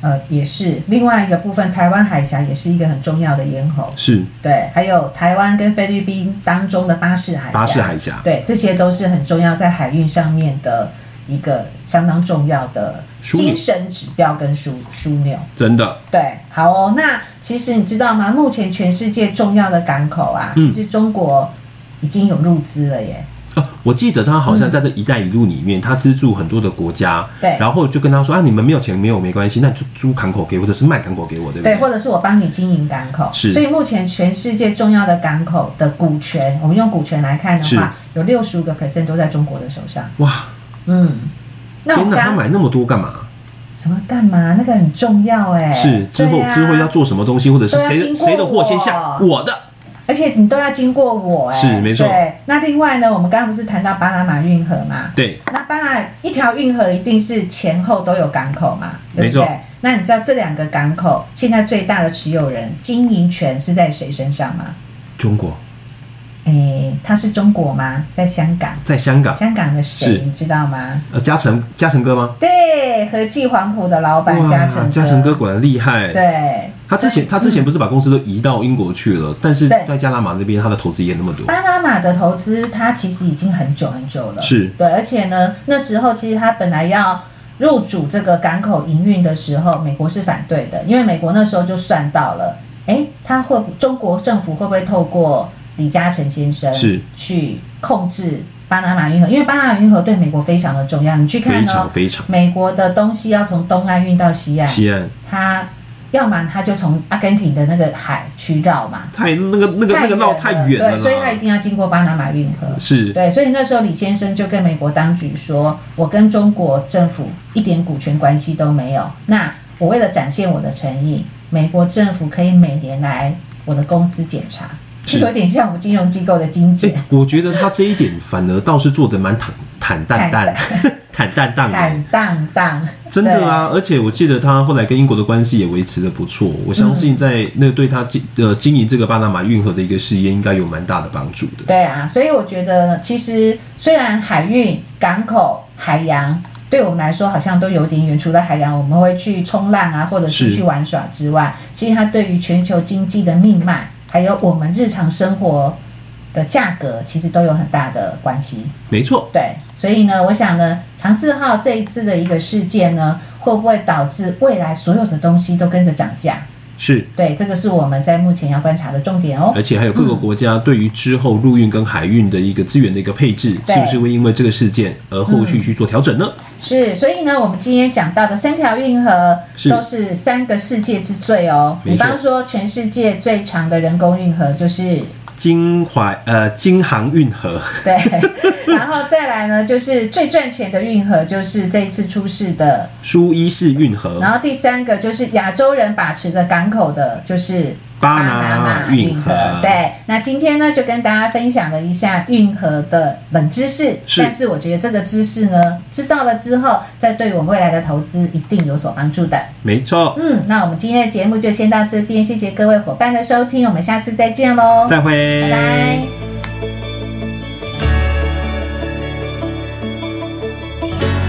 Speaker 1: 呃，也是另外一个部分，台湾海峡也是一个很重要的咽喉。
Speaker 2: 是
Speaker 1: 对，还有台湾跟菲律宾当中的巴士海峡。
Speaker 2: 巴士海峡
Speaker 1: 对，这些都是很重要在海运上面的一个相当重要的
Speaker 2: 枢纽
Speaker 1: 精神指标跟枢枢纽。
Speaker 2: 真的
Speaker 1: 对，好哦。那其实你知道吗？目前全世界重要的港口啊，其
Speaker 2: 嗯
Speaker 1: 实中国已经有入资了耶。
Speaker 2: 哦，我记得他好像在这“一带一路”里面，他资助很多的国家，
Speaker 1: 嗯对
Speaker 2: 然后就跟他说啊，你们没有钱没有没关系，那你就租港口给我，或者是卖港口给我，对不
Speaker 1: 对，或者是我帮你经营港口，
Speaker 2: 是
Speaker 1: 所以目前全世界重要的港口的股权，我们用股权来看的话，有六十五个 percent 都在中国的手上。
Speaker 2: 哇，
Speaker 1: 嗯，那我
Speaker 2: 天
Speaker 1: 们
Speaker 2: 哪，他
Speaker 1: 刚
Speaker 2: 买那么多干嘛？
Speaker 1: 什么干嘛？那个很重要哎。
Speaker 2: 是之后
Speaker 1: 对啊
Speaker 2: 之后要做什么东西，或者是
Speaker 1: 对啊经
Speaker 2: 谁的
Speaker 1: 过
Speaker 2: 谁的货先
Speaker 1: 我
Speaker 2: 下我的，
Speaker 1: 而且你都要经过我哎、
Speaker 2: 是没错
Speaker 1: 对，那另外呢，我们刚刚不是谈到巴拿马运河嘛？
Speaker 2: 对，
Speaker 1: 那巴拿一条运河一定是前后都有港口嘛，对不
Speaker 2: 没
Speaker 1: 对
Speaker 2: 错？
Speaker 1: 那你知道这两个港口现在最大的持有人经营权是在谁身上吗？
Speaker 2: 中国
Speaker 1: 诶，它是中国吗？在香港，
Speaker 2: 在香港，
Speaker 1: 香港的谁
Speaker 2: 啊是
Speaker 1: 你知道吗？
Speaker 2: 呃，嘉诚嘉诚哥吗？
Speaker 1: 对，和记黄埔的老板嘉诚
Speaker 2: 嘉诚哥，果然厉害。
Speaker 1: 对，
Speaker 2: 他之
Speaker 1: 所以
Speaker 2: 前他之前不是把公司都移到英国去了，但是
Speaker 1: 对
Speaker 2: 在加拿马那边他的投资也那么多，
Speaker 1: 巴拿马的投资，它其实已经很久很久了，
Speaker 2: 是
Speaker 1: 对，而且呢，那时候其实它本来要入主这个港口营运的时候，美国是反对的，因为美国那时候就算到了，哎，它会不中国政府会不会透过李嘉诚先生
Speaker 2: 是
Speaker 1: 去控制巴拿马运河？因为巴拿马运河对美国非常的重要，你去
Speaker 2: 非
Speaker 1: 看
Speaker 2: 常
Speaker 1: 哦，
Speaker 2: 非常。
Speaker 1: 美国的东西要从东岸运到西岸，
Speaker 2: 西岸
Speaker 1: 它要么它就从阿根廷的那个海区绕嘛。
Speaker 2: 太那个那个那个绕太远了
Speaker 1: 对，所以他一
Speaker 2: 啦，
Speaker 1: 定要经过巴拿马运河。
Speaker 2: 是
Speaker 1: 对，所以那时候李先生就跟美国当局说：“我跟中国政府一点股权关系都没有。那我为了展现我的诚意，美国政府可以每年来我的公司检查，就是有点像我们金融机构的精
Speaker 2: 哎、
Speaker 1: 简。
Speaker 2: 我觉得他这一点反而倒是做的蛮坦坦淡淡、 坦淡淡的、
Speaker 1: 坦荡荡，
Speaker 2: 啊真的啊！而且我记得他后来跟英国的关系也维持的不错，我相信在那对他经呃经营这个巴拿马运河的一个事业应该有蛮大的帮助的。
Speaker 1: 对啊，所以我觉得其实虽然海运、港口、海洋对我们来说好像都有点远，除了海洋我们会去冲浪啊，或者是
Speaker 2: 是
Speaker 1: 去玩耍之外，其实它对于全球经济的命脉，还有我们日常生活的价格，其实都有很大的关系。
Speaker 2: 没错，
Speaker 1: 对，所以呢，我想呢，长四号这一次的一个事件呢，会不会导致未来所有的东西都跟着涨价？
Speaker 2: 是，
Speaker 1: 对，这个是我们在目前要观察的重点哦。
Speaker 2: 而且还有各个国家对于之后陆运跟海运的一个资源的一个配置，
Speaker 1: 对
Speaker 2: 是不是会因为这个事件而后续去做调整呢？
Speaker 1: 是，所以呢，我们今天讲到的三条运河
Speaker 2: 是
Speaker 1: 都是三个世界之最哦。
Speaker 2: 没
Speaker 1: 比
Speaker 2: 错
Speaker 1: 方说，全世界最长的人工运河就是
Speaker 2: 金淮呃金航运河，
Speaker 1: 对，然后再来呢，就是最赚钱的运河就是这一次出事的，
Speaker 2: 苏伊士运河，
Speaker 1: 然后第三个就是亚洲人把持着港口的，就是。
Speaker 2: 巴拿马运河
Speaker 1: 对，那今天呢就跟大家分享了一下运河的冷知识，
Speaker 2: 是
Speaker 1: 但是我觉得这个知识呢，知道了之后，再对我们未来的投资一定有所帮助的。
Speaker 2: 没错，
Speaker 1: 嗯，那我们今天的节目就先到这边，谢谢各位伙伴的收听，我们下次再见喽，
Speaker 2: 再会，
Speaker 1: 拜拜。